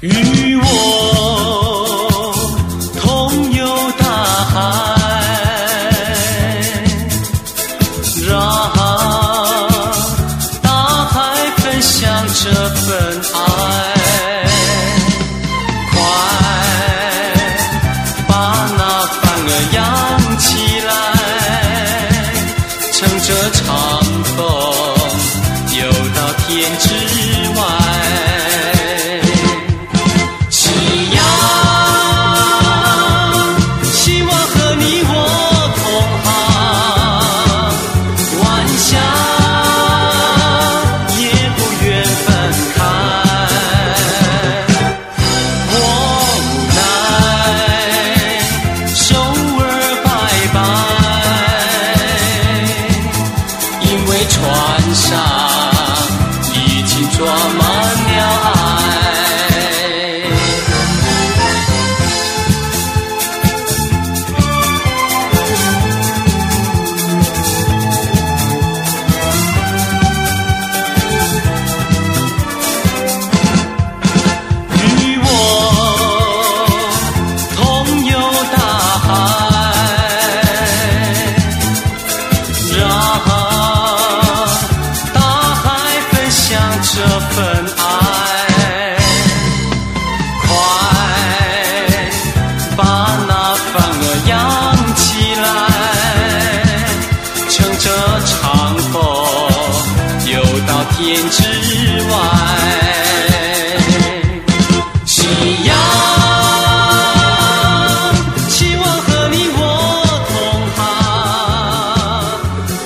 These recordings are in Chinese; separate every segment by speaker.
Speaker 1: 与我同游大海，让大海分享这份爱。快把那帆儿扬起来，乘着长风游到天之外。夕阳，希望和你我同航，晚霞也不愿分开。我无奈，手儿拜拜，因为船上啊已经装满啊了爱。与我同游大海，让大海分享这份爱。快把那帆儿扬起来，乘着长风游到天之外。夕阳，希望和你我同航，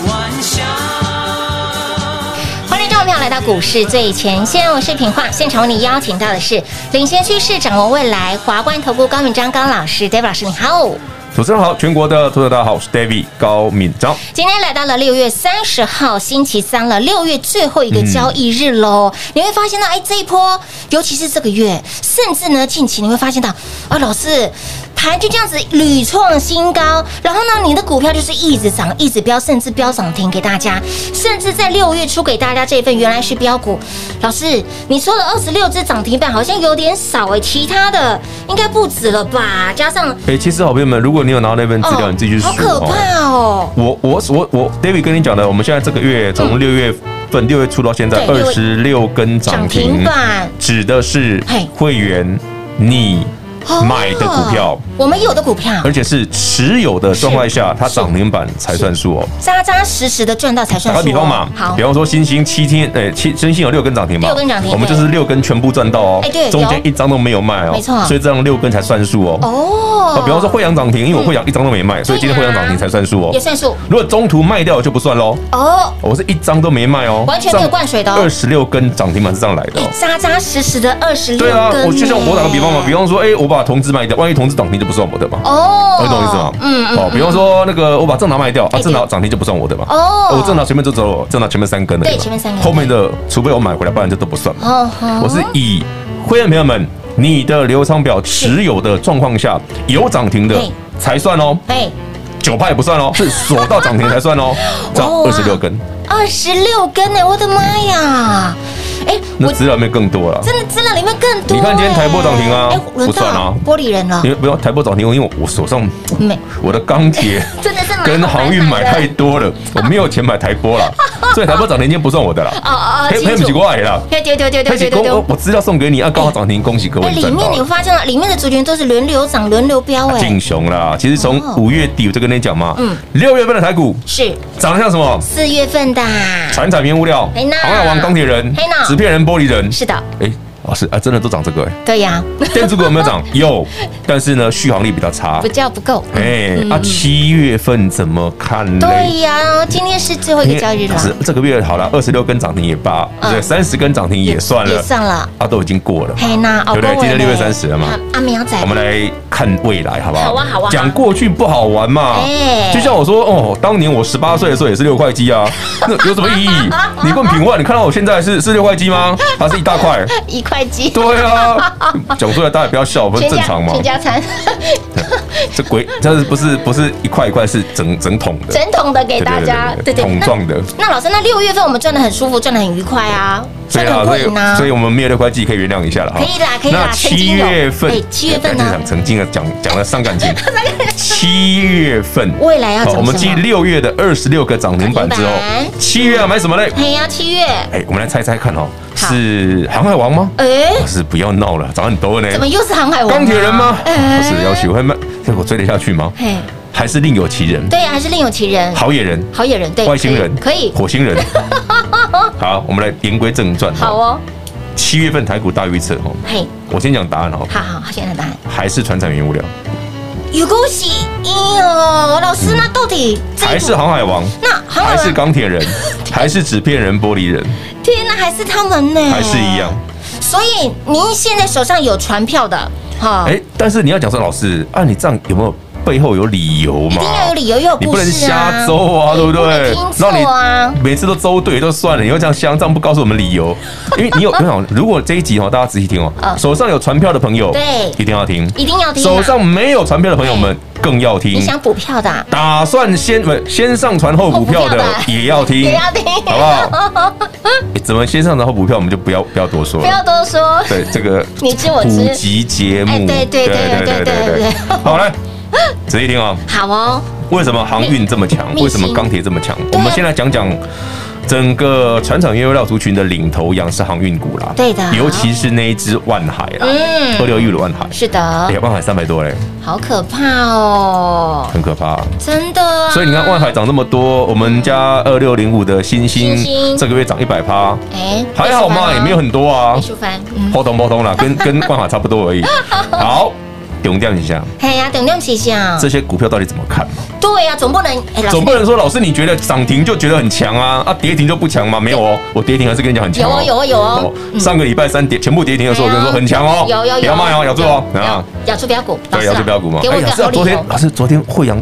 Speaker 1: 晚霞。
Speaker 2: 欢迎听众朋友来到股市最前线，我是品化。现场为你邀请到的是领先趋势、掌握未来华冠投顾高敏章高老师，David 老师，你好。
Speaker 3: 主持人好，全国的投资者大家好，我是 David 高敏章。
Speaker 2: 今天来到了六月三十号星期三了，六月最后一个交易日喽。
Speaker 3: 嗯
Speaker 2: 你会发现到，哎，这一波，尤其是这个月，甚至呢，近期你会发现到，啊，老师。盘就这样子屡创新高，然后呢，你的股票就是一直涨，一直飙，甚至飙涨停给大家，甚至在六月初给大家这份原来是标股。老师，你说了二十六只涨停板好像有点少哎，其他的应该不止了吧？加上
Speaker 3: 哎、其实好朋友们，如果你有拿到那份资料，你自己去数
Speaker 2: 好可
Speaker 3: 哦。
Speaker 2: 怕哦。
Speaker 3: 我我我我，David 跟你讲的，我们现在这个月从六月份六月初到现在
Speaker 2: 嗯对
Speaker 3: 二
Speaker 2: 六
Speaker 3: 十六根涨
Speaker 2: 涨停
Speaker 3: 停
Speaker 2: 板，
Speaker 3: 指的是
Speaker 2: 嘿
Speaker 3: 会员你买的股票
Speaker 2: 哦，我们有的股票
Speaker 3: 而且是持有的状态下，它涨停板才算数哦。
Speaker 2: 扎扎实实的赚到才算数
Speaker 3: 打
Speaker 2: 哦。
Speaker 3: 个比方嘛，
Speaker 2: 好
Speaker 3: 比，方说星星七天，哎，七星星有六根涨停嘛，
Speaker 2: 六根涨停
Speaker 3: 我们就是六根全部赚到哦，
Speaker 2: 哎对
Speaker 3: 中间
Speaker 2: 有
Speaker 3: 一张都没有卖哦，
Speaker 2: 没错
Speaker 3: 所以这样六根才算数哦。
Speaker 2: 哦嗯
Speaker 3: 啊，比方说惠阳涨停，因为我惠阳一张都没卖，所以今天惠阳涨停才算数哦
Speaker 2: 也。算数
Speaker 3: 如果中途卖掉就不算喽，
Speaker 2: 哦，
Speaker 3: 我是一张都没卖哦，
Speaker 2: 完全没有灌水的哦
Speaker 3: 二十六根涨停板是这样来的
Speaker 2: 哎
Speaker 3: 哦。
Speaker 2: 扎扎实实的二十六
Speaker 3: 对啊，
Speaker 2: 根嗯
Speaker 3: 我就像我打个比方嘛，
Speaker 2: 耶
Speaker 3: 比方说，哎，我把同资卖掉，万一同资涨停就不算我的嘛。
Speaker 2: 哦，
Speaker 3: 你懂我意思吗？
Speaker 2: 嗯嗯，
Speaker 3: 哦，比方说那个我把正达卖掉，啊，
Speaker 2: 哎
Speaker 3: 正达
Speaker 2: 对
Speaker 3: 涨停就不算我的嘛。
Speaker 2: 哦
Speaker 3: 我正达前面就只有正达前面三根的，
Speaker 2: 对前面三根
Speaker 3: 后面的除非我买回来，不然就都不算嘛。
Speaker 2: 哦，好
Speaker 3: 我是以会员朋友们，你的流仓表持有的状况下有涨停的
Speaker 2: 对
Speaker 3: 才算哦，
Speaker 2: 哎，
Speaker 3: 九趴也不 算哦，是锁到涨停才算哦，涨
Speaker 2: 哇
Speaker 3: 二十六根，
Speaker 2: 二十六根呢，我的妈呀！哎，
Speaker 3: 那
Speaker 2: 我
Speaker 3: 资料里面更多了。
Speaker 2: 真的资料里面更多哎。
Speaker 3: 你看今天台波涨停啊
Speaker 2: 哎轮
Speaker 3: 不算啊
Speaker 2: 到玻璃人了
Speaker 3: 因，为不要台波涨停，因为我手上
Speaker 2: 没，
Speaker 3: 我的钢铁
Speaker 2: 真的是蛮
Speaker 3: 跟
Speaker 2: 好
Speaker 3: 航运买
Speaker 2: 的
Speaker 3: 太多了，我没有钱买台波了。所以台北涨停今天不算我的啦，
Speaker 2: 哦哦，
Speaker 3: 赔
Speaker 2: 清
Speaker 3: 赔不
Speaker 2: 楚
Speaker 3: 几。块啦。
Speaker 2: 对对对对
Speaker 3: 配
Speaker 2: 对
Speaker 3: 起
Speaker 2: 对
Speaker 3: 公
Speaker 2: 对
Speaker 3: 我
Speaker 2: 对。
Speaker 3: 我资料送给你，按高涨停，恭喜各
Speaker 2: 哎，
Speaker 3: 位
Speaker 2: 里
Speaker 3: 赚到
Speaker 2: 面你
Speaker 3: 了。啊
Speaker 2: 发现了，里面的族群都是轮流涨、轮流飙，哎
Speaker 3: 进，雄啦，其实从
Speaker 2: 哦
Speaker 3: 五月底我就跟你讲嘛，
Speaker 2: 嗯
Speaker 3: 六月份的台股
Speaker 2: 是
Speaker 3: 涨得像什么？
Speaker 2: 四月份的啊，
Speaker 3: 船产原物料、
Speaker 2: 嘿呐
Speaker 3: 航海王、钢铁人
Speaker 2: 嘿呐、
Speaker 3: 纸片人、玻璃人，
Speaker 2: 是的，
Speaker 3: 哎，老师啊，真的都涨这个哎。
Speaker 2: 对呀，
Speaker 3: 电子股有没 有涨？有，但是呢，续航力比较差
Speaker 2: 不。叫不够。
Speaker 3: 哎，啊，七月份怎么看呢？
Speaker 2: 对呀，今天是最后一个交易日
Speaker 3: 老
Speaker 2: 了，
Speaker 3: 师，这个月好了，二十六根涨停也罢，
Speaker 2: 嗯
Speaker 3: 对，三十根涨停也算
Speaker 2: 也
Speaker 3: 了，
Speaker 2: 算了。
Speaker 3: 啊，都已经过了嘛。
Speaker 2: 嘿呐，
Speaker 3: 对不对
Speaker 2: 哦
Speaker 3: 今天
Speaker 2: 各位
Speaker 3: 6月30了嘛
Speaker 2: 啊阿苗仔，
Speaker 3: 我们来看未来，好不好？
Speaker 4: 好啊好啊
Speaker 3: 讲过去不好玩嘛
Speaker 2: 哎，
Speaker 3: 就像我说，哦，当年我十八岁的时候也是六块鸡 啊，那有什么意义？你问品万，你看到我现在是是六块鸡吗？还是一大块？
Speaker 2: 一块鸡，
Speaker 3: 对啊，讲出来大家不要笑，不是
Speaker 2: 全
Speaker 3: 正
Speaker 2: 家
Speaker 3: 常嘛？
Speaker 2: 全家餐，
Speaker 3: 这鬼，这是不是不是一块一块是整整桶的？
Speaker 2: 整桶的给大家，对对。
Speaker 3: 桶
Speaker 2: 那
Speaker 3: 状的。
Speaker 2: 那老师，那六月份我们赚的很舒服，赚的很愉快啊，赚
Speaker 3: 对
Speaker 2: 的
Speaker 3: 啊，
Speaker 2: 很
Speaker 3: 所
Speaker 2: 过瘾
Speaker 3: 以
Speaker 2: 啊
Speaker 3: 所。以我们没有六块鸡可以原谅一下了哈。
Speaker 2: 可以啦可以啦
Speaker 3: 那
Speaker 2: 曾
Speaker 3: 七
Speaker 2: 经有
Speaker 3: 月份
Speaker 2: 哎，七月份呢
Speaker 3: 讲曾经啊，讲讲了伤感 情。七月份，
Speaker 2: 未来要
Speaker 3: 好
Speaker 2: 怎么？
Speaker 3: 哦我们继六月的二十六个涨停板之后
Speaker 2: 涨停板，
Speaker 3: 七月要买什么嘞？
Speaker 2: 嘿呀，七月，
Speaker 3: 哎，我们来猜猜看哦，是航海王吗？
Speaker 2: 哎，
Speaker 3: 不是，不要闹了，早很多呢。
Speaker 2: 怎么又是航海王啊？
Speaker 3: 钢铁人吗？
Speaker 2: 哎
Speaker 3: 不是，要许会卖，这我追得下去吗？
Speaker 2: 嘿，
Speaker 3: 还是另有其人？
Speaker 2: 哎对呀，还是另有其人，
Speaker 3: 好野人，
Speaker 2: 好野人，对，
Speaker 3: 外星人，
Speaker 2: 哎可以，可以
Speaker 3: 火 星人。好，我们来言归正传。
Speaker 2: 好，哦，
Speaker 3: 七月份台股大预测哦。
Speaker 2: 嘿，
Speaker 3: 我先讲答案哦，
Speaker 2: 好好，好，现在答案，
Speaker 3: 还是船产原物料，
Speaker 2: 有恭喜，哎呦，老师，那到底这一
Speaker 3: 还是
Speaker 2: 波
Speaker 3: 航海王，
Speaker 2: 那航海
Speaker 3: 还是
Speaker 2: 王，
Speaker 3: 钢 铁人，还是纸片人、玻璃人，
Speaker 2: 天哪，还是他们呢？
Speaker 3: 还是一样。。
Speaker 2: 所以您现在手上有船票的，哈、
Speaker 3: 哎，但是你要讲说，老师，啊，你这样有没有背后有理由
Speaker 2: 一
Speaker 3: 嘛
Speaker 2: 定？要有理由，又有
Speaker 3: 你
Speaker 2: 故
Speaker 3: 不能
Speaker 2: 事
Speaker 3: 瞎
Speaker 2: 啊，
Speaker 3: 诌啊，对不对
Speaker 2: 你不能听？错啊
Speaker 3: 让你每次都诌对就算了，你又这样瞎，这样不告诉我们理由，因为你有，我想，如果这一集哦，大家仔细听哦，
Speaker 2: 嗯
Speaker 3: 手上有船票的朋友，
Speaker 2: 对
Speaker 3: 一定要听；
Speaker 2: 一定要听啊。
Speaker 3: 手上没有船票的朋友们，更要听
Speaker 2: 你。想补票的啊、
Speaker 3: 打算先不是先上船后补票
Speaker 2: 后补
Speaker 3: 的
Speaker 2: 票的
Speaker 3: 也要 听，
Speaker 2: 也要听
Speaker 3: 好不好？ 欸怎么先上船后补票，我们就不要不要多说
Speaker 2: 不
Speaker 3: 了。
Speaker 2: 要多说。
Speaker 3: 对这个
Speaker 2: 你知我知
Speaker 3: 普及节目
Speaker 2: 哎，对对对对对对
Speaker 3: 好来，仔细听哦，
Speaker 2: 好哦，
Speaker 3: 为什么航运这么强？
Speaker 2: 密
Speaker 3: 为什么钢铁这么强？我们先来讲讲。整个船厂原料族群的领头羊是航运股啦，
Speaker 2: 对的
Speaker 3: 尤其是那一只万海啦，
Speaker 2: 嗯
Speaker 3: 二六一的万海，
Speaker 2: 是的
Speaker 3: 哎，呀，万海三百多嘞，
Speaker 2: 好可怕哦，
Speaker 3: 很可怕啊、
Speaker 2: 真的啊。
Speaker 3: 所以你看万海涨这么多，我们家二六零五的星星
Speaker 2: 星星
Speaker 3: 这个月涨一百趴，
Speaker 2: 哎，
Speaker 3: 还好嘛，也没有很多啊
Speaker 2: 没，舒翻。嗯，
Speaker 3: 波通波通啦，跟 跟万海差不多而已。好，点亮一下，
Speaker 2: 嘿呀，等量起下。
Speaker 3: 这些股票到底怎么看？
Speaker 2: 对呀，总不能哎，老
Speaker 3: 总不
Speaker 2: 师。
Speaker 3: 能说老师你觉得涨停就觉得很强啊，啊跌停就不强吗？没有哦，我跌停还是跟你讲很强哦，
Speaker 2: 有哦有哦有哦嗯
Speaker 3: 上个礼拜三跌全部跌停的时候，我跟你说很强哦，
Speaker 2: 有有有，
Speaker 3: 不要卖哦，咬住哦，啊
Speaker 2: 咬，咬出标股，老
Speaker 3: 对，
Speaker 2: 师啊
Speaker 3: 要去标股嘛。
Speaker 2: 给我一个
Speaker 3: 老师啊
Speaker 2: 好理
Speaker 3: 昨天
Speaker 2: 由，
Speaker 3: 老师昨天惠阳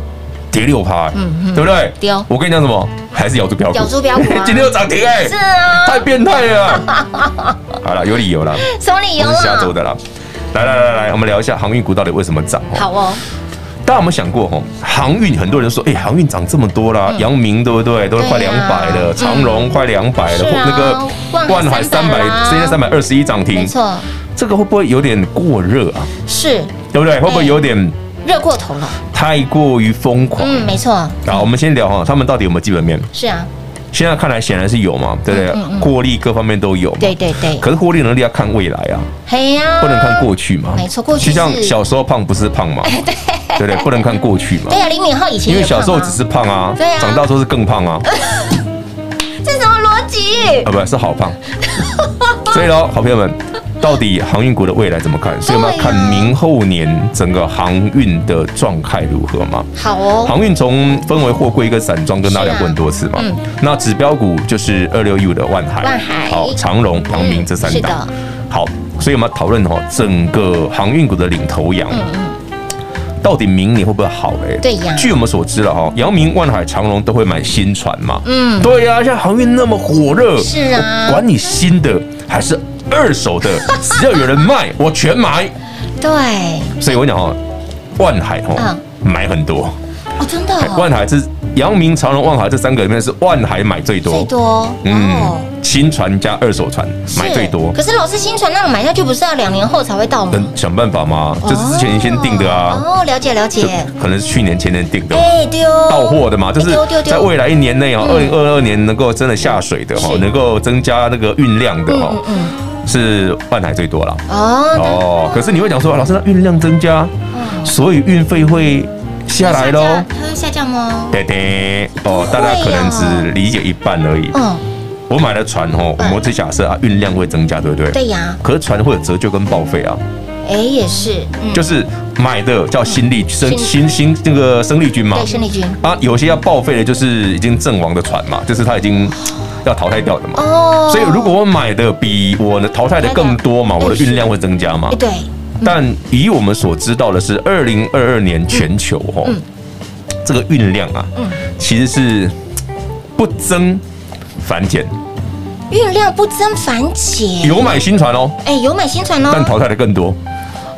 Speaker 3: 跌六趴，哎
Speaker 2: 嗯嗯
Speaker 3: 对不对？
Speaker 2: 对哦
Speaker 3: 我跟你讲什么？还是咬住标股，
Speaker 2: 咬住标股啊
Speaker 3: 今天又涨停哎
Speaker 2: 是，啊，
Speaker 3: 太变态了。 好了，有理由了，
Speaker 2: 什么理由
Speaker 3: 我是瞎诌
Speaker 2: 啦？
Speaker 3: 的啦。来来来来，我们聊一下航运股到底为什么涨哦。
Speaker 2: 好哦，
Speaker 3: 大家有没有想过哦？航运很多人说，哎、航运涨这么多啦，阳、明对不对？都是快
Speaker 2: 嗯对
Speaker 3: 两
Speaker 2: 啊
Speaker 3: 百了，
Speaker 2: 嗯
Speaker 3: 长荣快两百了，
Speaker 2: 是啊
Speaker 3: 或那个
Speaker 2: 万海
Speaker 3: 三
Speaker 2: 300
Speaker 3: 百，
Speaker 2: 啦
Speaker 3: 现在三百二十一涨
Speaker 2: 没
Speaker 3: 停，
Speaker 2: 错，
Speaker 3: 这个会不会有点过热啊？
Speaker 2: 是
Speaker 3: 对不对？会不
Speaker 2: 哎
Speaker 3: 会有点
Speaker 2: 热过头了。
Speaker 3: 太过于疯狂？
Speaker 2: 嗯，没错，
Speaker 3: 好，我们先聊哈，他们到底有没有基本面？
Speaker 2: 是啊，
Speaker 3: 现在看来显然是有嘛，对不
Speaker 2: 嗯嗯
Speaker 3: 对？
Speaker 2: 嗯
Speaker 3: 获利各方面都有嘛。
Speaker 2: 对对对，
Speaker 3: 可是获利能力要看未来啊，
Speaker 2: 嘿呀，
Speaker 3: 不能看。过去嘛。
Speaker 2: 没错过去
Speaker 3: 就像
Speaker 2: 是
Speaker 3: 小时候胖不是胖 嘛，对不对？不能看过去嘛
Speaker 2: 对。呀，李敏镐以前
Speaker 3: 因为
Speaker 2: 也胖
Speaker 3: 小
Speaker 2: 啊
Speaker 3: 时候只是胖啊，
Speaker 2: 对啊
Speaker 3: 长大之后是更胖啊，
Speaker 2: 这什么逻辑？
Speaker 3: 啊不是好 胖。所以喽，好朋友们，到底航运股的未来怎么看？所以我们要
Speaker 2: 啊
Speaker 3: 看明后年整个航运的状态如何嘛。
Speaker 2: 好哦，
Speaker 3: 航运从分为货柜跟散装，跟大家聊过很多次嘛。
Speaker 2: 是啊嗯
Speaker 3: 那指标股就是二六一五的万海、
Speaker 2: 万海嗯
Speaker 3: 好长荣、阳明这三
Speaker 2: 是
Speaker 3: 档
Speaker 2: 的。
Speaker 3: 好，所以我们要讨论哦，整个航运股的领头羊。到底明年会不会好嘞？
Speaker 2: 嗯对呀
Speaker 3: 据我们所知了哈，阳明、万海、长荣都会买新船嘛。
Speaker 2: 嗯，
Speaker 3: 对呀、像航运那么火热，
Speaker 2: 是啊
Speaker 3: 我管你新的还是二手 的，只要有人卖，我全买。
Speaker 2: 对，哦，
Speaker 3: 所以我讲哦，万海哦，
Speaker 2: 嗯
Speaker 3: 买很多。
Speaker 2: 真的
Speaker 3: 哎
Speaker 2: 哦，
Speaker 3: 万海是阳明、长荣、万海这三个里面是万海买最多，
Speaker 2: 最多，
Speaker 3: 嗯
Speaker 2: 嗯，，
Speaker 3: 新船加二手船买最多
Speaker 2: 可，是老师新船那买下去不是要两年后才会到吗？
Speaker 3: 嗯，想办法嘛，这是之前先定的啊，
Speaker 2: 哦，了解了
Speaker 3: 这
Speaker 2: 解。
Speaker 3: 可能是去年前年定的。
Speaker 2: 哎，对哦，
Speaker 3: 到货的嘛，就是
Speaker 2: 哎对对对
Speaker 3: 在未来一年内哦，二零二二年能够真的下水的哈，
Speaker 2: 嗯是
Speaker 3: 能够增加那个运量的哈
Speaker 2: 嗯，嗯
Speaker 3: 是万海最多了。
Speaker 2: 嗯，哦，
Speaker 3: 哦，可是你会讲说，老师，那运量增加，所以运费会下来喽
Speaker 2: 降，？它嗯会下降吗？
Speaker 3: 对对，哦，大家可能只理解一半而已。
Speaker 2: 嗯，
Speaker 3: 我买了船哦，我
Speaker 2: 嗯
Speaker 3: 们只假设啊，运量会增加，对不对？
Speaker 2: 对呀，
Speaker 3: 可是船会有折旧跟报废啊，
Speaker 2: 哎，也是，嗯，
Speaker 3: 就是买的叫新力生
Speaker 2: 新
Speaker 3: 新新那个生力军嘛
Speaker 2: 对，，生力军。
Speaker 3: 啊，有些要报废的就是已经阵亡的船嘛，就是它已经要淘汰掉的嘛。
Speaker 2: 哦，
Speaker 3: 所以如果我买的比我呢淘汰的更多嘛，
Speaker 2: 淘汰
Speaker 3: 我的运量会增加嘛
Speaker 2: 哎。对，
Speaker 3: 但以我们所知道的是，二零二二年全球哦，
Speaker 2: 嗯
Speaker 3: 这个运量啊，其实是不增反减，
Speaker 2: 运量不增反减，
Speaker 3: 有买新船哦，
Speaker 2: 哎有买新船哦，
Speaker 3: 但淘汰的更多，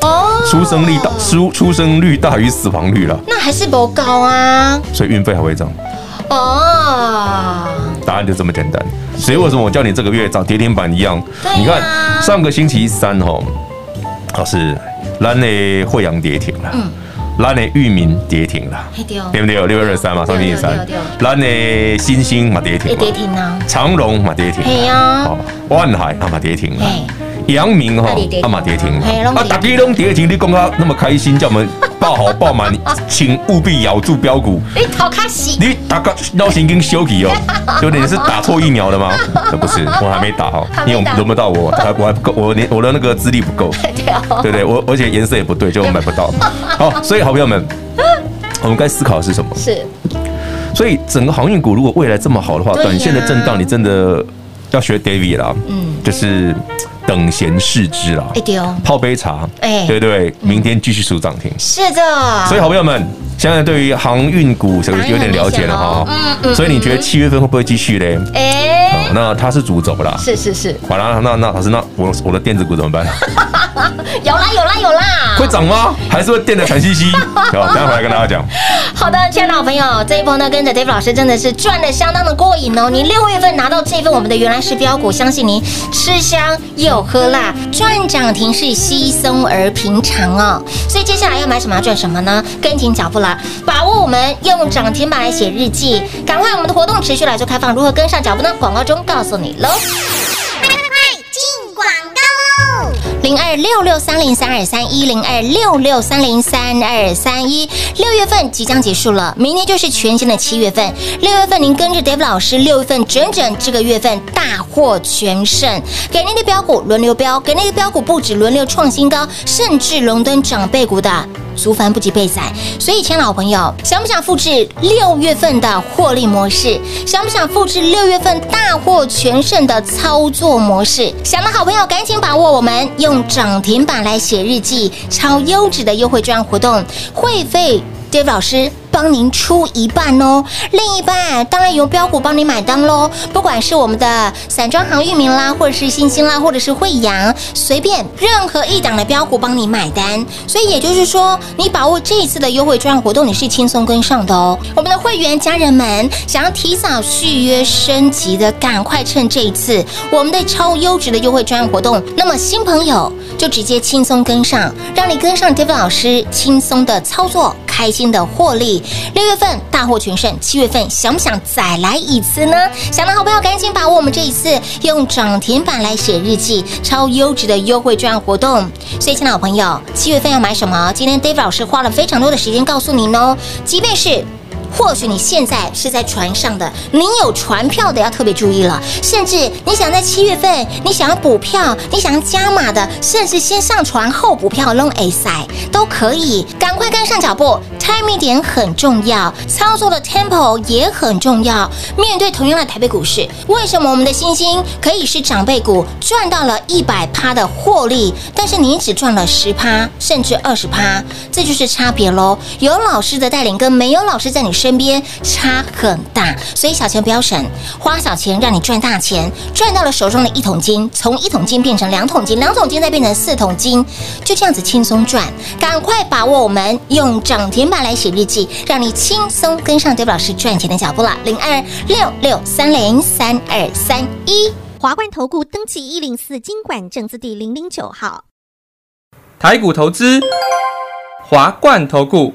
Speaker 2: 哦，
Speaker 3: 出生率大出出生率大于死亡率了，
Speaker 2: 那还是不高啊，
Speaker 3: 所以运费还会涨。
Speaker 2: 哦，
Speaker 3: 答案就这么简单。所以为什么我叫你这个月涨跌停板一样？
Speaker 2: 对呀
Speaker 3: 你看上个星期三吼，老师，咱的惠阳跌停了，
Speaker 2: 嗯
Speaker 3: 咱的域名跌停了，
Speaker 2: 还丢，
Speaker 3: 对不对？六月二三嘛，上星期
Speaker 2: 对
Speaker 3: 三
Speaker 2: 啊对对，
Speaker 3: 咱的星星嘛跌
Speaker 2: 也
Speaker 3: 停
Speaker 2: 跌
Speaker 3: 嘛，
Speaker 2: 停啊，
Speaker 3: 长荣嘛跌停了，
Speaker 2: 嘿呀
Speaker 3: 哦，万海啊嘛跌停了
Speaker 2: 嘿。
Speaker 3: 阳明哈
Speaker 2: 那里跌，停
Speaker 3: 啊嘛跌停
Speaker 2: 嘿
Speaker 3: 了，
Speaker 2: 拢跌
Speaker 3: 啊
Speaker 2: 停
Speaker 3: 大家拢跌停，你讲到那么开心，叫 我们爆好爆满，请务必咬住标股。
Speaker 2: 哎，好开心，
Speaker 3: 你打个脑神经 休息哦，有点是打错疫苗了吗？呃不是，我还没打哦，
Speaker 2: 还没打
Speaker 3: 因为我轮不到 我，还我还不够，我连我的那个资历不够，
Speaker 2: 对哦，
Speaker 3: 对不对？我而且颜色也不对，就买不 到。好，所以好朋友们，我们该思考的是什么？
Speaker 2: 是，
Speaker 3: 所以整个航运股如果未来这么好的话，
Speaker 2: 对呀
Speaker 3: 短线的震荡你真的要学 David 啦，
Speaker 2: 嗯
Speaker 3: 就是等闲视之啦
Speaker 2: 哎，丢，
Speaker 3: 泡杯茶，
Speaker 2: 哎
Speaker 3: 对不对？明天继续数涨停。
Speaker 2: 是的，
Speaker 3: 所以，好朋友们，现在对于航运股是不是有点了解了哈
Speaker 2: 当然很明显咯嗯？嗯
Speaker 3: 所以你觉得七月份会不会继续嘞？
Speaker 2: 哎
Speaker 3: 哦，那它是主轴啦。
Speaker 2: 是是是，
Speaker 3: 好啦，那那老师，那我我的电子股怎 么办？
Speaker 2: 有啦有啦有啦，
Speaker 3: 会涨吗？还是会电的惨 兮兮？好，等一下回来跟大家讲。
Speaker 2: 好的，亲爱的好朋友，这一波呢，跟着 Dave 老师真的是赚的相当的过瘾哦。您六月份拿到这份我们的原来是标股，相信您吃香又喝辣，赚涨停是稀松而平常哦。所以接下来要买什么要赚什么呢？跟紧脚步了，把握我们用涨停板来写日记，赶快我们的活动持续来做开放，如何跟上脚步呢？广告中告诉你喽。零二六六三零三二三一零二六六三零三二三一。六月份即将结束了，明天就是全新的七月份。六月份您跟着 Dave 老师，六月份整整这个月份大获全胜，给您的标股轮流标，给您的标股不止轮流创新高，甚至荣登长辈股的。族繁不及备载，所以，亲爱的老朋友，想不想复制六月份的获利模式？想不想复制六月份大获全胜的操作模式？想的好朋友，赶紧把握我们用涨停板来写日记，超优质的优惠券活动，会费 Dave 老师帮您出一半哦，另一半当然由标股帮你买单喽。不管是我们的散装航运名啦，或者是新兴啦，或者是惠阳，随便任何一档的标股帮你买单。所以也就是说，你把握这一次的优惠券活动，你是轻松跟上的哦。我们的会员家人们想要提早续约升级的，赶快趁这一次我们的超优质的优惠券活动。那么新朋友就直接轻松跟上，让你跟上 Dave 老师轻松的操作。开心的获利。六月份大获全胜，七月份想不想再来一次呢？想的好朋友赶紧把握我们这一次用涨停板来写日记，超优质的优惠券活动。所以，亲爱的好朋友，七月份要买什么？今天 Dave 老师花了非常多的时间告诉您哦，即便是。或许你现在是在船上的，你有船票的要特别注意了。甚至你想在七月份，你想要补票，你想要加码的，甚至先上船后补票弄 A 赛都可以，赶快跟上脚步。Timing 点很重要，操作的 tempo 也很重要。面对同样的台北股市，为什么我们的星星可以是长辈股赚到了一百趴的获利，但是你只赚了十趴甚至二十趴？这就是差别喽。有老师的带领跟没有老师在你身。身边差很大。所以小钱不要省，花小钱让你赚大钱，赚到了手中的一桶金，从一桶金变成两桶金，两桶金再变成四桶金，就这样子轻松赚。赶快把握我们用涨停板来写日记，让你轻松跟上 d 老师赚钱的脚步了。零二六六三零三二三一。
Speaker 5: 华冠投顾登记一零四经管证字第零零九号，
Speaker 6: 台股投资，华冠投顾，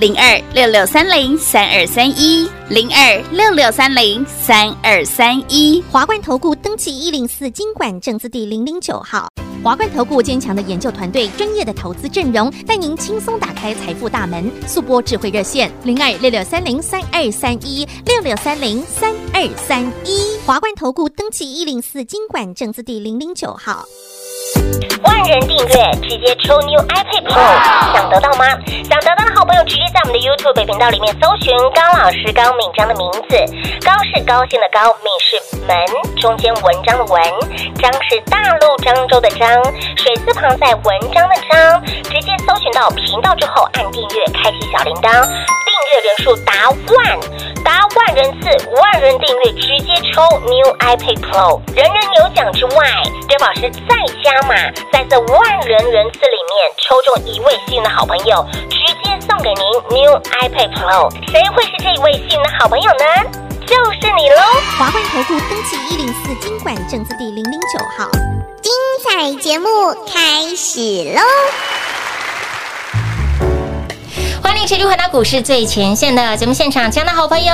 Speaker 4: 零二六六三零三二三一零二六六三零三二三一。
Speaker 5: 华冠投顾登记一零四经管证字第零零九号。华冠投顾坚强的研究团队，专业的投资阵容，带您轻松打开财富大门。速播智慧热线零二六六三零三二三一六六三零三二三一。华冠投顾登记一零四经管证字第零零九号。
Speaker 7: 万人订阅直接抽 New iPad Pro，想得到吗？想得到的好朋友直接在我们的 YouTube 频道里面搜寻高老师高敏章的名字，高是高兴的高，敏是门中间文章的文，章是大陆漳州的漳，水字旁在文章的章，直接搜寻到频道之后按订阅，开启小铃铛，订阅人数达万。达万人次、万人订阅，直接抽 New iPad Pro，人人有奖之外 d e 老师再加码，在这万人人次里面抽中一位幸运的好朋友，直接送给您 New iPad Pro。谁会是这一位幸运的好朋友呢？就是你喽！
Speaker 5: 华冠投顾登记一零四经管证字第零零九号。
Speaker 8: 彩节目开始喽！
Speaker 2: 欢迎持续回到股市最前线的节目现场，亲爱的好朋友，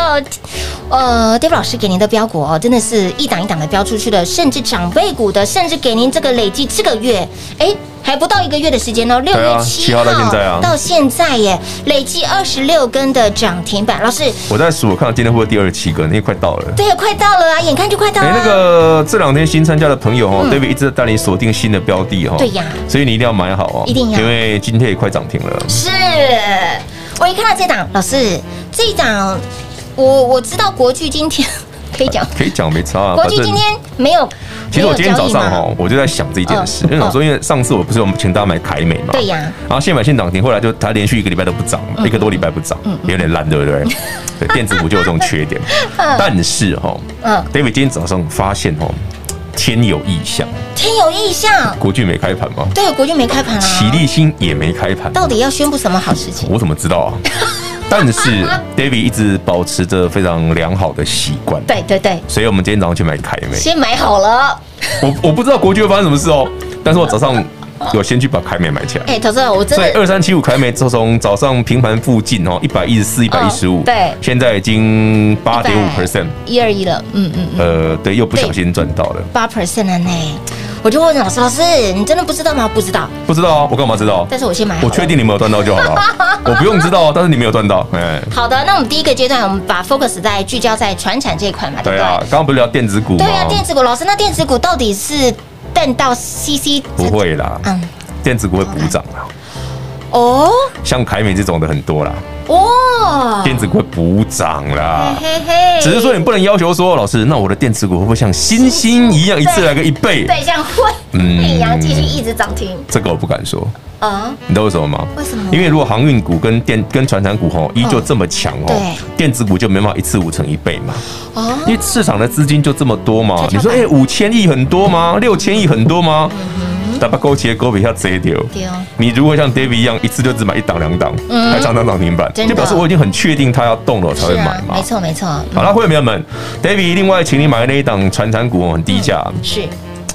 Speaker 2: 呃，Dave 老师给您的标股哦，真的是一档一档的标出去的，甚至长辈股的，甚至给您这个累计这个月，哎，还不到一个月的时间哦，六
Speaker 3: 对
Speaker 2: 月
Speaker 3: 啊
Speaker 2: 七
Speaker 3: 7号到现在啊
Speaker 2: 到现在耶，累计二十六根的涨停板，老师，
Speaker 3: 我在数，我看到今天会不会第二七根，因为快到了。
Speaker 2: 对，快到了啊，眼看就快到了
Speaker 3: 哎，
Speaker 2: 啊，
Speaker 3: 那个这两天新参加的朋友哦、d a v i d 一直在带你锁定新的标的哦，
Speaker 2: 嗯对呀
Speaker 3: 所以你一定要买好哦，
Speaker 2: 一定要
Speaker 3: 因为今天也快涨停了。
Speaker 2: 是我一看到这档，老师，这一档我我知道国巨今天可以讲。
Speaker 3: 可以讲没差啊，
Speaker 2: 国
Speaker 3: 反
Speaker 2: 巨
Speaker 3: 正
Speaker 2: 今天没有，
Speaker 3: 其实我今天
Speaker 2: 没有交
Speaker 3: 早
Speaker 2: 易嘛
Speaker 3: 上哦哈，我就在想这件事，
Speaker 2: 嗯
Speaker 3: 因为想说，因为上次我不是有请大家买凯美嘛，
Speaker 2: 对呀嗯
Speaker 3: 然后现买现涨停，后来就它连续一个礼拜都不涨，一个多礼拜不涨，有点烂，对不 对？对，电子股就有这种缺点。但是哈
Speaker 2: 嗯
Speaker 3: ，David 今天早上发现哈，天有异象，
Speaker 2: 天有异象，
Speaker 3: 国巨没开盘吗？
Speaker 2: 对，国军没开盘啊。
Speaker 3: 齐立新也没开盘，
Speaker 2: 到底要宣布什么好事情？
Speaker 3: 我怎么 知道啊？但是 David 一直保持着非常良好的习惯，
Speaker 2: 对对对，
Speaker 3: 所以我们今天早上去买凯美。
Speaker 2: 先买好了。
Speaker 3: 我我不知道国巨会发生什么事哦，但是我早上有先去把凯美 买起来。
Speaker 2: 哎，投资人，我真
Speaker 3: 所以
Speaker 2: 的
Speaker 3: 二三七五凯美从早上平盘附近哦，一百一十四、一百一十五，
Speaker 2: 对
Speaker 3: 现在已经八点五 percent，
Speaker 2: 一二一了，嗯嗯嗯，
Speaker 3: 呃，对，又不小心赚到了。
Speaker 2: 八 percent 了呢。我就问老师，老师，你真的不知道吗？不知道，
Speaker 3: 不知道啊，我干嘛知道？
Speaker 2: 但是我先买好
Speaker 3: 我
Speaker 2: 了。
Speaker 3: 确定你们有赚到就好 了，我不用知道，但是你没有赚到，哎，
Speaker 2: 好的，那我们第一个阶段，我们把 focus 在聚焦在传产这一块嘛，对
Speaker 3: 对
Speaker 2: 不
Speaker 3: 啊
Speaker 2: 对？，
Speaker 3: 刚刚不是聊电子股吗
Speaker 2: 对？啊，电子股，老师，那电子股到底是淡到 CC？
Speaker 3: 不，会啦，
Speaker 2: 嗯，
Speaker 3: 电子股会补涨啊啦，
Speaker 2: 哦
Speaker 3: 像凯美这种的很多啦，
Speaker 2: 哦，
Speaker 3: 电子股会补涨啦。
Speaker 2: 嗯嘿嘿
Speaker 3: 只是说你不能要求说，老师，那我的电子股会不会像星星一样一次来个一倍？
Speaker 2: 对，这样会，
Speaker 3: 嗯
Speaker 2: 哎呀，继续一直涨停
Speaker 3: 这个我不敢说，
Speaker 2: 啊，
Speaker 3: 你知道为什么吗？
Speaker 2: 为什么嗯
Speaker 3: 因为如果航运股跟电跟船产股吼依旧这么强哦，
Speaker 2: 对
Speaker 3: 电子股就没办法一次五成一倍嘛，
Speaker 2: 哦，
Speaker 3: 因为市场的资金就这么多嘛。
Speaker 2: 跷
Speaker 3: 你说
Speaker 2: 板
Speaker 3: 哎，五千亿很多吗？六千亿很多吗？
Speaker 2: 嗯
Speaker 3: 打把勾结勾比下贼丢。
Speaker 2: 对哦，
Speaker 3: 你如果像 David 一样，一次就只买一档两档，
Speaker 2: 嗯
Speaker 3: 还涨涨涨停板，
Speaker 2: 真
Speaker 3: 就
Speaker 2: 的
Speaker 3: 表示我已经很确定它要动了我才
Speaker 2: 是
Speaker 3: 会
Speaker 2: 啊
Speaker 3: 买，嘛
Speaker 2: 没。错没错，
Speaker 3: 好了，会员朋友们，David 另外请你买的那一档传产股哦很低价，
Speaker 2: 嗯是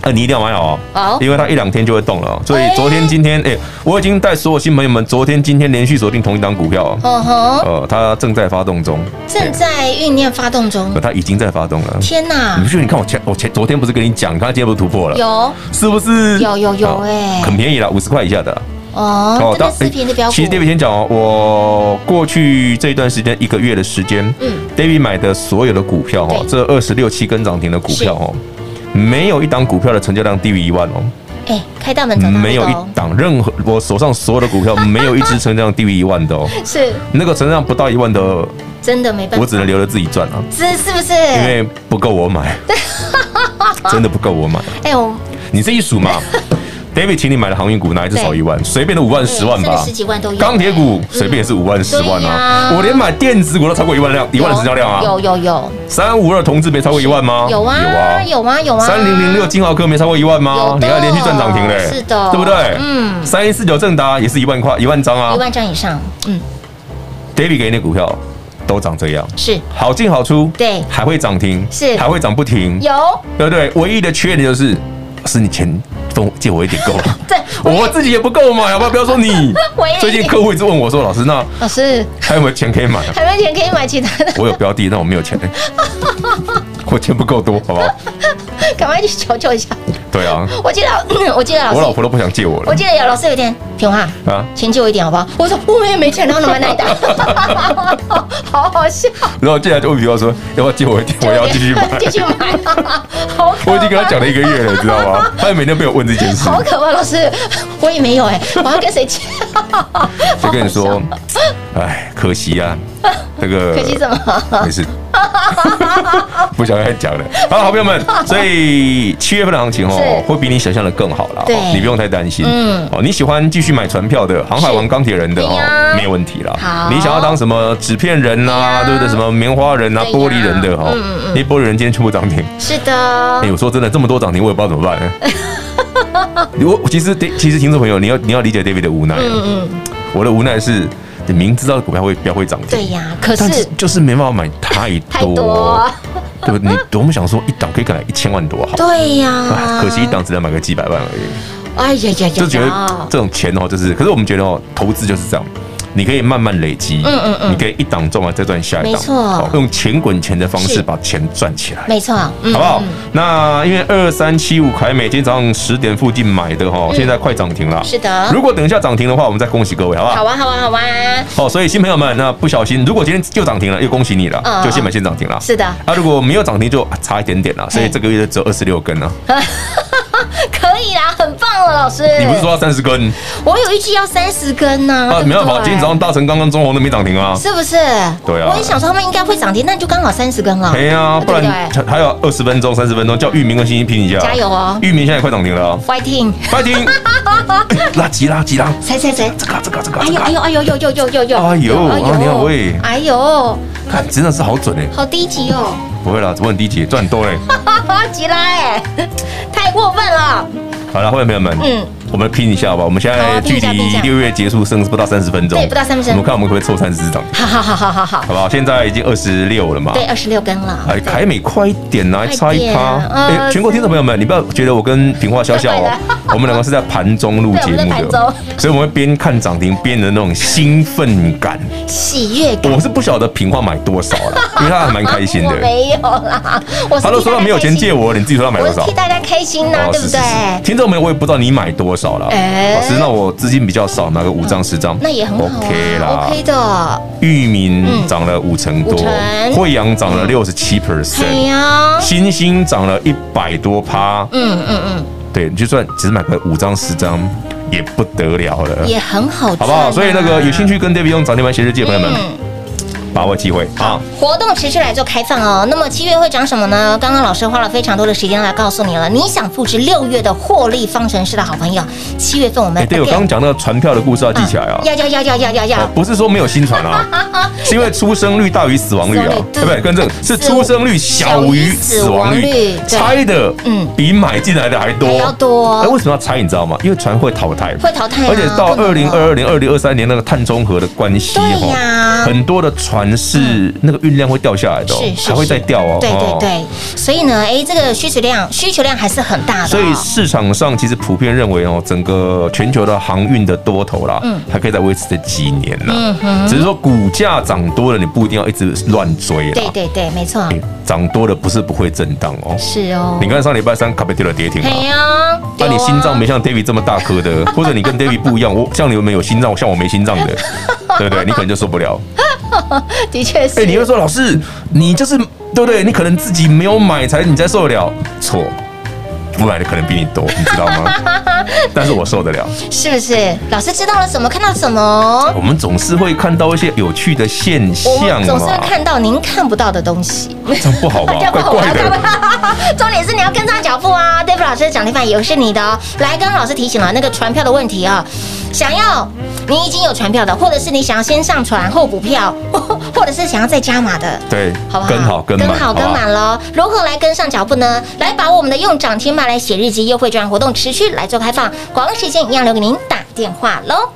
Speaker 3: 呃，你一定要买好
Speaker 2: 好
Speaker 3: 哦，因为它一两天就会动了哦。所以
Speaker 2: 哎
Speaker 3: 昨天、今天，哎，我已经带所有新朋友们，昨天、今天连续锁定同一档股票哦，
Speaker 2: 哦吼，
Speaker 3: 呃，它正在发动中，
Speaker 2: 正在酝酿发动中
Speaker 3: 呃，。它已经在发动了。
Speaker 2: 天哪
Speaker 3: 你不，觉得？你看我前我前昨天不是跟你讲，它今天不是突破了，
Speaker 2: 有
Speaker 3: 是不是？
Speaker 2: 有有有
Speaker 3: 哦
Speaker 2: 哎
Speaker 3: 很便宜啦，五十块以下的啦。
Speaker 2: 哦，真
Speaker 3: 当
Speaker 2: 的是便宜的标股。
Speaker 3: 其实 David 先讲哦，我过去这一段时间一个月的时间，
Speaker 2: 嗯
Speaker 3: d a v i d 买的所有的股票哦，
Speaker 2: 对
Speaker 3: 这二十六七根涨停的股票哦，没有一档股票的成交量低于一万哦。
Speaker 2: 哎，开大门走大路的哦
Speaker 3: 没有一档任何我手上所有的 股票没有一只成交量低于一万的哦，
Speaker 2: 是
Speaker 3: 那个成交量不到一万的，
Speaker 2: 真的没办
Speaker 3: 我
Speaker 2: 法，
Speaker 3: 只能留着自己赚啊，
Speaker 2: 是是不是？
Speaker 3: 因为不够 我买，真的不够我买。
Speaker 2: 哎，我
Speaker 3: 你这一 数嘛，David 请你买的航运股哪一只少一万？随便的五万、十万
Speaker 2: 真嗯
Speaker 3: 吧
Speaker 2: 的十。几万都有，嗯
Speaker 3: 钢铁股随便也是五万、十万啊！
Speaker 2: 对呀
Speaker 3: 我连买电子股都超过一万辆，一
Speaker 2: 有
Speaker 3: 万的成交量啊！
Speaker 2: 有有有
Speaker 3: 三五二同志没超过一万吗？
Speaker 2: 有啊有啊有啊，
Speaker 3: 三零零六金豪科没超过一万吗
Speaker 2: 有？
Speaker 3: 你
Speaker 2: 的
Speaker 3: 看连续赚涨停嘞，
Speaker 2: 是的
Speaker 3: 对不对？
Speaker 2: 嗯
Speaker 3: 三一四九正达也是一万块一万张啊
Speaker 2: 一万张以上，嗯，
Speaker 3: ，David 给你的股票都长这样，
Speaker 2: 是
Speaker 3: 好进好出，
Speaker 2: 对
Speaker 3: 还会涨停，
Speaker 2: 是
Speaker 3: 还会涨不停，
Speaker 2: 有
Speaker 3: 对不对？唯一的缺点就是，是你钱分我借我一点够了。
Speaker 2: 对，
Speaker 3: 我自己也不够买，好不好？不要说你
Speaker 2: 我也。
Speaker 3: 最近客户一直问我说：“老师，那
Speaker 2: 老师
Speaker 3: 还有没有钱可以买啊，
Speaker 2: 还没钱可以买其他的？”
Speaker 3: 我有标的，但我没有 钱，我钱不够多，好不好？
Speaker 2: 赶快去求救一下。
Speaker 3: 对啊，
Speaker 2: 我记得嗯我记得老师，
Speaker 3: 我老婆都不想借我
Speaker 2: 我
Speaker 3: 了
Speaker 2: 记得有老师有一天，平华
Speaker 3: 啊。
Speaker 2: 钱借我一点好不好？我说我也没钱，然后能买哪一 打？好好笑，
Speaker 3: 然后接下来就问比方说：“要不要借我一点？我要继续买。
Speaker 2: 继续买，好可怕，
Speaker 3: 我已经跟他讲了一个月了，你知道吗？ 他每天被我问这件事，
Speaker 2: 好可怕，老师，我也没有哎，我要跟 谁借？
Speaker 3: 就跟你说，哎，可惜啊，这 个
Speaker 2: 可惜什么？
Speaker 3: 没事， 不想再讲了。好，好朋友们，所以七月份的行情哦，
Speaker 2: 是
Speaker 3: 会比你想象的更好啦。
Speaker 2: 对
Speaker 3: 哦你不用太担心。
Speaker 2: 嗯
Speaker 3: 哦，你喜欢继续买船票的，航海王、钢铁人的
Speaker 2: 对
Speaker 3: 哦
Speaker 2: 呀，
Speaker 3: 没有问题啦。
Speaker 2: 好
Speaker 3: 你想要当什么纸片人呐，
Speaker 2: 对呀
Speaker 3: 对不对？什么棉花人啊，
Speaker 2: 对呀
Speaker 3: 玻璃人的哦
Speaker 2: 嗯嗯，嗯
Speaker 3: 那玻璃人今天全部涨停。
Speaker 2: 是的
Speaker 3: 哎，，我说真的，这么多涨停，我也不知道怎么办。 我其实，其实听众朋友，你要你要理解 David 的无奈。啊
Speaker 2: 嗯嗯，
Speaker 3: 我的无奈是，你明知道股票会标会涨停，
Speaker 2: 对呀，可
Speaker 3: 但是
Speaker 2: 是
Speaker 3: 就是没办法买太多，
Speaker 2: 太多，
Speaker 3: 对不对？你多么想说一档可以干来一千万多好，
Speaker 2: 对
Speaker 3: 啊
Speaker 2: 呀，
Speaker 3: 可惜一档只能买个几百万而已，
Speaker 2: 哎呀呀呀呀，
Speaker 3: 就觉得这种钱哦，就是，可是我们觉得哦，投资就是这样。你可以慢慢累积，
Speaker 2: 嗯嗯嗯
Speaker 3: 你可以一档赚完再赚下一档，
Speaker 2: 没错
Speaker 3: 好用钱滚钱的方式
Speaker 2: 是
Speaker 3: 把钱赚起来，
Speaker 2: 没错，嗯
Speaker 3: 好不好？那因为二三七五凯美今天早上十点附近买的哈，现在快涨停了，
Speaker 2: 嗯是的
Speaker 3: 如果等一下涨停的话，我们再恭喜各位，好不好
Speaker 2: 好？啊，好啊，好啊，
Speaker 3: 哦，所以新朋友们，那不小心，如果今天又涨停了，又恭喜你了，
Speaker 2: 嗯
Speaker 3: 就先买先涨停了。
Speaker 2: 是的，啊
Speaker 3: 那、如果没有涨停就啊差一点点了，所以
Speaker 2: 嘿
Speaker 3: 这个月就只有二十六根了。啊
Speaker 2: 可以啦，很棒了，老师。
Speaker 3: 你不是说要三十根
Speaker 2: 我有一季要三十根呢？
Speaker 3: 啊？
Speaker 2: 对不
Speaker 3: 没办法，
Speaker 2: 哦对
Speaker 3: 今天早上大成刚刚中红都没涨停啊。
Speaker 2: 是不是？
Speaker 3: 对啊
Speaker 2: 我也想说他们应该会涨停，那就刚好三十根了。
Speaker 3: 哎呀，不
Speaker 2: 啊对不
Speaker 3: 然
Speaker 2: 对啊
Speaker 3: 还还有二十分钟、三十分钟，叫域名跟星星拼一下。
Speaker 2: 加油哦
Speaker 3: 域名现在也快涨停了啊，
Speaker 2: ，fighting！
Speaker 3: 快停！拉急拉急拉！
Speaker 2: 谁谁谁？
Speaker 3: 这个这个这个
Speaker 2: 哎
Speaker 3: 这
Speaker 2: 呦哎
Speaker 3: 个，
Speaker 2: 呦哎呦呦呦呦呦呦！
Speaker 3: 哎呦啊你好喂
Speaker 2: 哎呦，
Speaker 3: 看真的是好准哎！
Speaker 2: 好低级哦，
Speaker 3: 不会啦，我很低级，赚很多欸嘞。
Speaker 2: 哈哈，急啦哎，太过分了。
Speaker 3: 好了，会员朋友们，
Speaker 2: 嗯
Speaker 3: 我们拼一下吧。我们现
Speaker 2: 好
Speaker 3: 在
Speaker 2: 啊拼
Speaker 3: 距
Speaker 2: 一下拼一
Speaker 3: 离
Speaker 2: 下
Speaker 3: 六月结束剩不到三十分钟，
Speaker 2: 对不到30分钟
Speaker 3: 我们看我们可不可以凑三十涨，
Speaker 2: 好好好好好好，
Speaker 3: 好不好？现在已经二十六了嘛。
Speaker 2: 对，。二十六根了。
Speaker 3: 哎，凯美快一点啊来
Speaker 2: 快
Speaker 3: 差一趴！
Speaker 2: 点
Speaker 3: 哎、
Speaker 2: 呃
Speaker 3: 全国听众朋友们，你不要觉得我跟平话笑笑
Speaker 2: 快
Speaker 3: 哦
Speaker 2: 来，
Speaker 3: 我们两个是在盘中录节
Speaker 2: 对我
Speaker 3: 目
Speaker 2: 们在盘
Speaker 3: 的
Speaker 2: 中，
Speaker 3: 所以我们会边看涨停边的那种兴奋感。
Speaker 2: 喜悦感。啊
Speaker 3: 我是不晓得平话买多少啦， 因为他还蛮开心
Speaker 2: 我
Speaker 3: 的。
Speaker 2: 没有啦，我是
Speaker 3: 他都说他没有钱借
Speaker 2: 我，
Speaker 3: 我了，你自己说他买
Speaker 2: 我
Speaker 3: 多
Speaker 2: 是
Speaker 3: 少哦
Speaker 2: 替？大家开心呐，啊对不对？
Speaker 3: 听众朋友，我也不知道你买多少了。
Speaker 2: 哎
Speaker 3: 老师，那我资金比较少，买个五张十张，
Speaker 2: 那也很好啊
Speaker 3: OK 啦。
Speaker 2: ，OK 的。
Speaker 3: 域名涨了五成多
Speaker 2: 五成，
Speaker 3: 惠阳涨了六十七 percent，
Speaker 2: 哎呀，
Speaker 3: 星星涨了一百多趴，
Speaker 2: 嗯嗯
Speaker 3: 对，你就算只买个五张十张也不得了了
Speaker 2: 嗯，，也很好赚啊，
Speaker 3: 好不好？所以那个有兴趣跟 David 用涨停板写日记的朋友们，
Speaker 2: 嗯
Speaker 3: 把握机会啊！
Speaker 2: 活动持续来做开放哦。那么七月会涨什么呢？刚刚老师花了非常多的时间来告诉你了。你想复制六月的获利方程式的好朋友，七月份我们
Speaker 3: 哎，对我
Speaker 2: again，
Speaker 3: 刚刚讲那个船票的故事要记起来啊
Speaker 2: 嗯，要要要要要要
Speaker 3: 哦
Speaker 2: 要，
Speaker 3: 不是说没有新 船啊，是因为出生率大于死亡率啊
Speaker 2: 死亡率，
Speaker 3: 对不对？跟这个是出生率小于死亡
Speaker 2: 小于死亡
Speaker 3: 率
Speaker 2: 率，对
Speaker 3: 拆的
Speaker 2: 嗯
Speaker 3: 比买进来的还多，
Speaker 2: 还要多
Speaker 3: 哎，为什么要拆？你知道吗？因为船会淘汰，
Speaker 2: 会淘汰啊
Speaker 3: 而且到
Speaker 2: 不
Speaker 3: 二
Speaker 2: 能
Speaker 3: 零
Speaker 2: 哦
Speaker 3: 二二年、二零二三年那个碳中和的关系，
Speaker 2: 对呀嗯
Speaker 3: 吼很多的船是那个运量会掉下来的哦
Speaker 2: 是，是
Speaker 3: 还会再掉哦。
Speaker 2: 对
Speaker 3: 哦
Speaker 2: 对。对，所以呢，哎，这个需求量需求量还是很大的哦，
Speaker 3: 所以市场上其实普遍认为哦，整个全球的航运的多头啦，
Speaker 2: 嗯
Speaker 3: 还可以再维持这几年啦。只是说股价涨多了，你不一定要一直乱追啦。
Speaker 2: 对对对，没错，
Speaker 3: 哎涨多了不是不会震荡哦。
Speaker 2: 是哦
Speaker 3: 你。看上礼拜三卡贝特的跌停
Speaker 2: 哎
Speaker 3: 啊，
Speaker 2: 呀，
Speaker 3: 那、你
Speaker 2: 有啊
Speaker 3: 心脏没像 David 这么大颗的，或者你跟 David 不一样，我像你们有心脏，像我没心脏 的，对不对？你可能就受不了。
Speaker 2: 的确
Speaker 3: 哎、
Speaker 2: 是，
Speaker 3: 你会说老师，你就是对不对？你可能自己没有买才你才受得了，错。我买的可能比你多，你知道吗？ 但是我受得了。
Speaker 2: 是不是？老师知道了什么，看到什么，
Speaker 3: 我们总是会看到一些有趣的现
Speaker 2: 我
Speaker 3: 象
Speaker 2: 们
Speaker 3: 嘛，
Speaker 2: 总是会看到您看不到的东西。哎
Speaker 3: 这样不 好吧？怪怪的。
Speaker 2: 重点是你要跟上脚步啊！David 老师的奖励版也是你的哦。来，刚刚老师提醒了那个船票的问题啊、想要你已经有船票的，或者是你想要先上船后补票， 或者是想要再加码的。
Speaker 3: 对，
Speaker 2: 好不好？
Speaker 3: 跟好跟满，
Speaker 2: 好
Speaker 3: 不
Speaker 2: 跟满喽。如何来跟上脚步呢？来把我们的用涨停板来写日记优惠券活动持续来做开放，广告时间一样留给您打电话喽。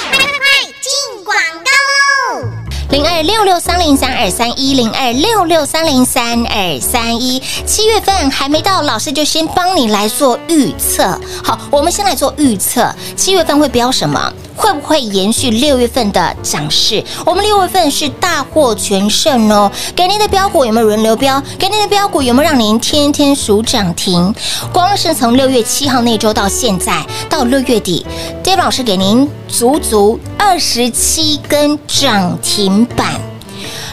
Speaker 8: 进广告喽！
Speaker 2: 零二六六三零三二三一零二六六三零三二三一。七月份还没到，老师就先帮你来做预测。好，我们先来做预测，七月份会标什么？会不会延续六月份的涨势？我们六月份是大获全胜哦，给您的标股有没有轮流标？给您的标股有没有让您天天数涨停？光是从六月七号那周到现在，到六月底，Dave 老师给您足足二十七根涨停板。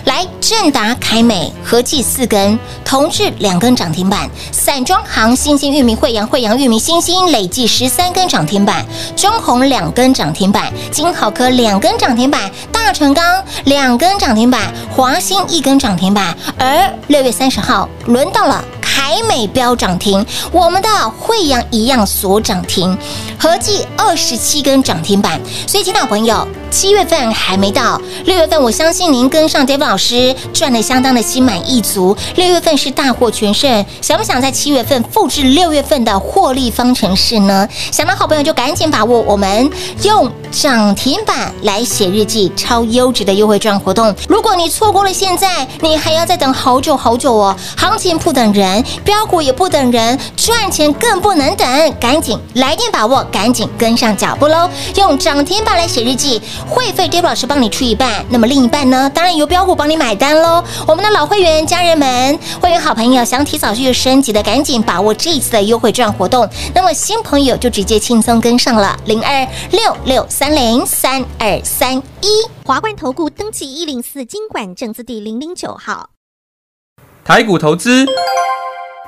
Speaker 2: 来，正达、凯美合计四根，同志两根涨停板，散装行、新兴域名、惠阳、惠阳域名、新兴累计十三根涨停板，中红两根涨停板，金好科两根涨停板，大成钢两根涨停板，华兴一根涨停板。而六月三十号轮到了。凯美标涨停，我们的惠阳一样所涨停，合计二十七根涨停板。所以，亲爱的朋友，七月份还没到，六月份我相信您跟上 David 老师赚的相当的心满意足。六月份是大获全胜，想不想在七月份复制六月份的获利方程式呢？想到好朋友就赶紧把握我们用涨停板来写日记超优质的优惠券活动。如果你错过了现在，你还要再等好久好久哦。行情不等人，标股也不等人，赚钱更不能等，赶紧来电把握，赶紧跟上脚步喽！用涨停板来写日记，会费 d a v 老师帮你出一半，那么另一半呢？当然由标股帮你买单喽。我们的老会员家人们，会员好朋友想提早去升级的，赶紧把握这一次的优惠券活动。那么新朋友就直接轻松跟上了，零二六六三零三二三一。
Speaker 5: 华冠投顾登记一零四经管证字第零零九号。
Speaker 6: 台股投资，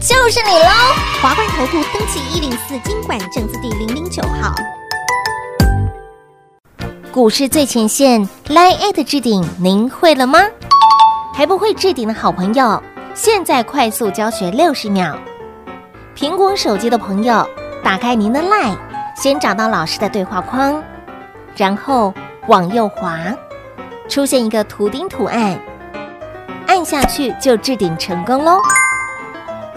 Speaker 2: 就是你喽！
Speaker 5: 华冠投顾登记一零四经管证字第零零九号。
Speaker 2: 股市最前线 Line at 置顶，您会了吗？还不会置顶的好朋友，现在快速教学六十秒。苹果手机的朋友，打开您的 Line，先找到老师的对话框，然后往右滑，出现一个图钉图案，按下去就置顶成功喽。